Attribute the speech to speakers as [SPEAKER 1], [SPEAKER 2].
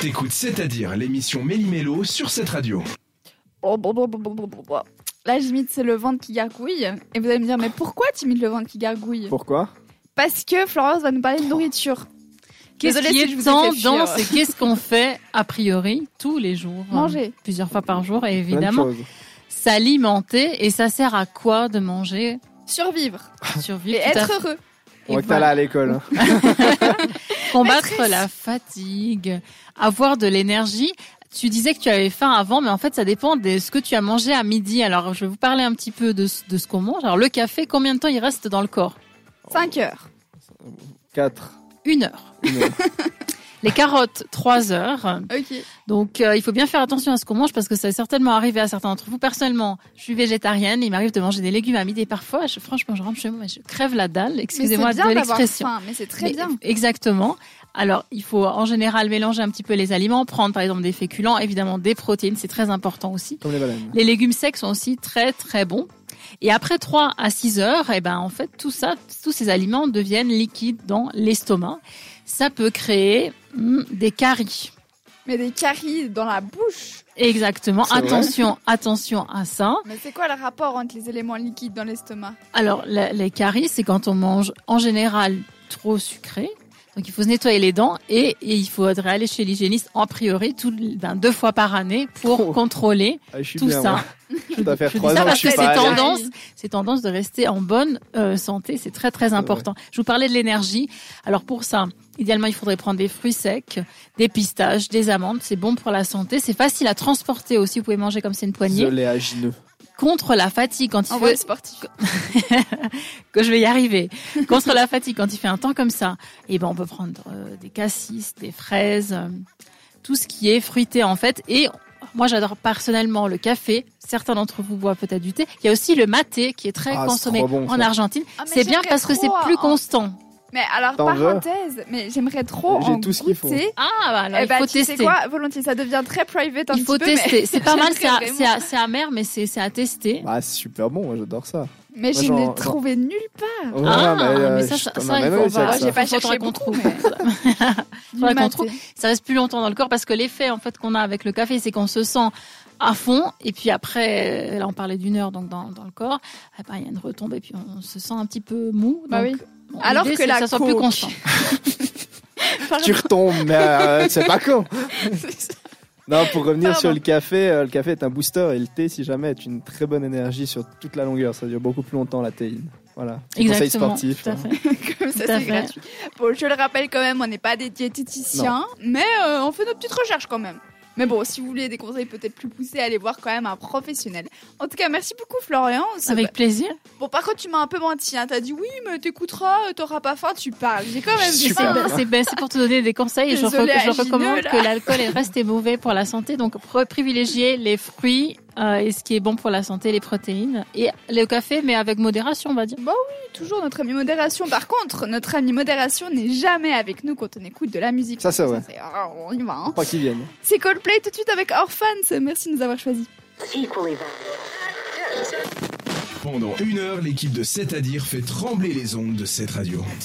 [SPEAKER 1] T'écoutes C'est-à-dire l'émission Méli-Mélo sur cette radio.
[SPEAKER 2] Bon, bon, bon, bon, bon, bon, bon, bon. Là, j'imite c'est le ventre qui gargouille. Et vous allez me dire, mais pourquoi tu imites le ventre qui gargouille
[SPEAKER 3] Pourquoi
[SPEAKER 2] Parce que Florence va nous parler de nourriture.
[SPEAKER 4] Qu'est-ce
[SPEAKER 2] Désolée
[SPEAKER 4] qui
[SPEAKER 2] si
[SPEAKER 4] est
[SPEAKER 2] je vous ai fait fuir.
[SPEAKER 4] tendance et qu'est-ce qu'on fait a priori tous les jours euh,
[SPEAKER 2] Manger.
[SPEAKER 4] Plusieurs fois par jour et
[SPEAKER 3] Plein de
[SPEAKER 4] évidemment
[SPEAKER 3] choses.
[SPEAKER 4] s'alimenter et ça sert à quoi de manger
[SPEAKER 2] Survivre.
[SPEAKER 4] Survivre
[SPEAKER 2] Et
[SPEAKER 4] tout à
[SPEAKER 2] être
[SPEAKER 4] fait.
[SPEAKER 2] heureux.
[SPEAKER 4] Et
[SPEAKER 3] On va que
[SPEAKER 4] voilà.
[SPEAKER 3] t'ailles à l'école. hein.
[SPEAKER 4] combattre la fatigue, avoir de l'énergie. Tu disais que tu avais faim avant, mais en fait, ça dépend de ce que tu as mangé à midi. Alors, je vais vous parler un petit peu de, ce- de ce qu'on mange. Alors, le café, combien de temps il reste dans le corps
[SPEAKER 2] 5 heures.
[SPEAKER 3] Quatre.
[SPEAKER 4] Une heure.
[SPEAKER 3] Une heure.
[SPEAKER 4] Les carottes, trois heures.
[SPEAKER 2] Ok.
[SPEAKER 4] Donc, euh, il faut bien faire attention à ce qu'on mange parce que ça est certainement arrivé à certains d'entre vous. Personnellement, je suis végétarienne. Il m'arrive de manger des légumes à midi. Et parfois, je- franchement, je rentre chez moi et je crève la dalle.
[SPEAKER 2] Mais c'est
[SPEAKER 4] Excusez-moi
[SPEAKER 2] bien
[SPEAKER 4] de
[SPEAKER 2] d'avoir
[SPEAKER 4] l'expression.
[SPEAKER 2] faim, Mais c'est très
[SPEAKER 4] Mais-
[SPEAKER 2] bien.
[SPEAKER 4] Exactement. Alors, il faut en général mélanger un petit peu les aliments, prendre par exemple des féculents, évidemment des protéines, c'est très important aussi.
[SPEAKER 3] Comme les baleines.
[SPEAKER 4] Les légumes secs sont aussi très très bons. Et après 3 à 6 heures, eh ben, en fait, tout ça, tous ces aliments deviennent liquides dans l'estomac. Ça peut créer hum, des caries.
[SPEAKER 2] Mais des caries dans la bouche.
[SPEAKER 4] Exactement.
[SPEAKER 3] C'est vrai
[SPEAKER 4] Attention, attention à ça.
[SPEAKER 2] Mais c'est quoi le rapport entre les éléments liquides dans l'estomac
[SPEAKER 4] Alors, la- les caries, c'est quand on mange en général trop sucré. Donc, il faut se nettoyer les dents et, et il faudrait aller chez l'hygiéniste en priori tout, ben, deux fois par année pour
[SPEAKER 3] Oh.
[SPEAKER 4] contrôler
[SPEAKER 3] Ah, je suis
[SPEAKER 4] tout
[SPEAKER 3] bien,
[SPEAKER 4] ça.
[SPEAKER 3] moi. Je dois faire
[SPEAKER 4] Je dis
[SPEAKER 3] trois
[SPEAKER 4] ça
[SPEAKER 3] ans que je
[SPEAKER 4] parce
[SPEAKER 3] suis
[SPEAKER 4] que
[SPEAKER 3] pas
[SPEAKER 4] c'est
[SPEAKER 3] allé.
[SPEAKER 4] tendance. ces tendances de rester en bonne euh, santé. C'est très très important. Je vous parlais de l'énergie. Alors pour ça, idéalement, il faudrait prendre des fruits secs, des pistaches, des amandes. C'est bon pour la santé. C'est facile à transporter aussi. Vous pouvez manger comme c'est une poignée.
[SPEAKER 3] Zoléagineux.
[SPEAKER 4] Contre la fatigue quand il
[SPEAKER 2] En
[SPEAKER 4] fait
[SPEAKER 2] voile sportif.
[SPEAKER 4] que je vais y arriver. Contre la fatigue quand il fait un temps comme ça, et ben on peut prendre euh, des cassis, des fraises, euh, tout ce qui est fruité en fait. Et moi j'adore personnellement le café. Certains d'entre vous boivent peut-être du thé. Il y a aussi le maté qui est très
[SPEAKER 3] Ah, c'est
[SPEAKER 4] consommé
[SPEAKER 3] trop bon,
[SPEAKER 4] en
[SPEAKER 3] ça.
[SPEAKER 4] Argentine.
[SPEAKER 2] Ah, mais
[SPEAKER 4] C'est bien
[SPEAKER 2] j'aimerais
[SPEAKER 4] parce que c'est
[SPEAKER 2] trop Ah.
[SPEAKER 4] plus
[SPEAKER 2] en-
[SPEAKER 4] constant.
[SPEAKER 2] Mais alors,
[SPEAKER 3] T'en veux
[SPEAKER 2] parenthèse, mais j'aimerais trop.
[SPEAKER 3] J'ai
[SPEAKER 2] en
[SPEAKER 3] tout ce qu'il faut.
[SPEAKER 2] goûter.
[SPEAKER 4] Ah bah alors
[SPEAKER 2] Eh
[SPEAKER 4] il
[SPEAKER 2] ben,
[SPEAKER 4] faut
[SPEAKER 2] tu sais
[SPEAKER 4] tester.
[SPEAKER 2] quoi, volontiers, ça devient très private un
[SPEAKER 4] il faut
[SPEAKER 2] petit peu, mais-
[SPEAKER 4] tester. C'est pas mal, c'est à-
[SPEAKER 2] J'aimerais
[SPEAKER 4] c'est à- c'est amer, mais c'est c'est à tester.
[SPEAKER 3] Bah, c'est super bon, moi j'adore ça.
[SPEAKER 2] mais
[SPEAKER 3] Moi,
[SPEAKER 2] je
[SPEAKER 3] j'en-
[SPEAKER 2] l'ai trouvé nulle
[SPEAKER 3] Ah,
[SPEAKER 4] mais ça, ça, ça, il faut voir.
[SPEAKER 2] ça.
[SPEAKER 4] J'ai
[SPEAKER 2] J'ai pas
[SPEAKER 4] faut
[SPEAKER 2] cherché
[SPEAKER 4] qu'on
[SPEAKER 2] beaucoup,
[SPEAKER 4] trouve.
[SPEAKER 2] mais-
[SPEAKER 4] Faudrait
[SPEAKER 2] du
[SPEAKER 4] qu'on
[SPEAKER 2] maté.
[SPEAKER 4] trouve. ça reste plus longtemps dans le corps parce que l'effet en fait qu'on a avec le café, c'est qu'on se sent à fond et puis après, euh, là on parlait d'une heure donc dans, dans le corps, eh ben, il y a une retombée puis on se sent un petit peu mou.
[SPEAKER 2] Bah
[SPEAKER 4] Donc,
[SPEAKER 2] oui.
[SPEAKER 4] bon,
[SPEAKER 2] Alors
[SPEAKER 4] l'idée,
[SPEAKER 2] que
[SPEAKER 4] c'est
[SPEAKER 2] la
[SPEAKER 4] ça soit plus
[SPEAKER 2] coke.
[SPEAKER 4] constant. euh,
[SPEAKER 3] Tu retombes, mais euh, c'est pas con. Non, pour revenir
[SPEAKER 2] Pardon.
[SPEAKER 3] sur le café, euh, le café est un booster et le thé, si jamais, est une très bonne énergie sur toute la longueur. Ça dure beaucoup plus longtemps la théine. Voilà. Petit Conseil
[SPEAKER 4] Exactement.
[SPEAKER 3] sportif.
[SPEAKER 4] tout à
[SPEAKER 3] hein.
[SPEAKER 4] fait.
[SPEAKER 2] Comme ça,
[SPEAKER 4] Tout à
[SPEAKER 2] c'est
[SPEAKER 4] fait.
[SPEAKER 2] gratuit. Bon, je le rappelle quand même, on n'est pas des diététiciens, mais euh, on fait nos petites recherches quand même. Mais bon, si vous voulez des conseils peut-être plus poussés, allez voir quand même un professionnel. En tout cas, merci beaucoup Florian. C'est-
[SPEAKER 4] Avec plaisir.
[SPEAKER 2] Bon, par contre, tu m'as un peu menti. Hein. T'as dit oui, mais t'écouteras, euh, t'auras pas faim, tu parles. J'ai quand même
[SPEAKER 4] C'est
[SPEAKER 2] faim.
[SPEAKER 4] ben, c'est ben, c'est pour te donner des conseils. et Je,
[SPEAKER 2] Désolée,
[SPEAKER 4] rec- je
[SPEAKER 2] Agineux,
[SPEAKER 4] recommande
[SPEAKER 2] là.
[SPEAKER 4] que l'alcool et le reste est mauvais pour la santé. Donc pr- privilégier les fruits euh, et ce qui est bon pour la santé, les protéines et le café, mais avec modération, on va dire.
[SPEAKER 2] Toujours notre ami modération. Par contre, notre ami modération n'est jamais avec nous quand on écoute de la musique.
[SPEAKER 3] Ça, c'est vrai.
[SPEAKER 2] c'est- ah, on y va. hein.
[SPEAKER 3] Pas qu'ils viennent.
[SPEAKER 2] C'est Coldplay tout de suite avec Orphans. Merci de nous avoir choisis.
[SPEAKER 1] Pendant une heure, l'équipe de C'est-à-dire fait trembler les ondes de cette radio.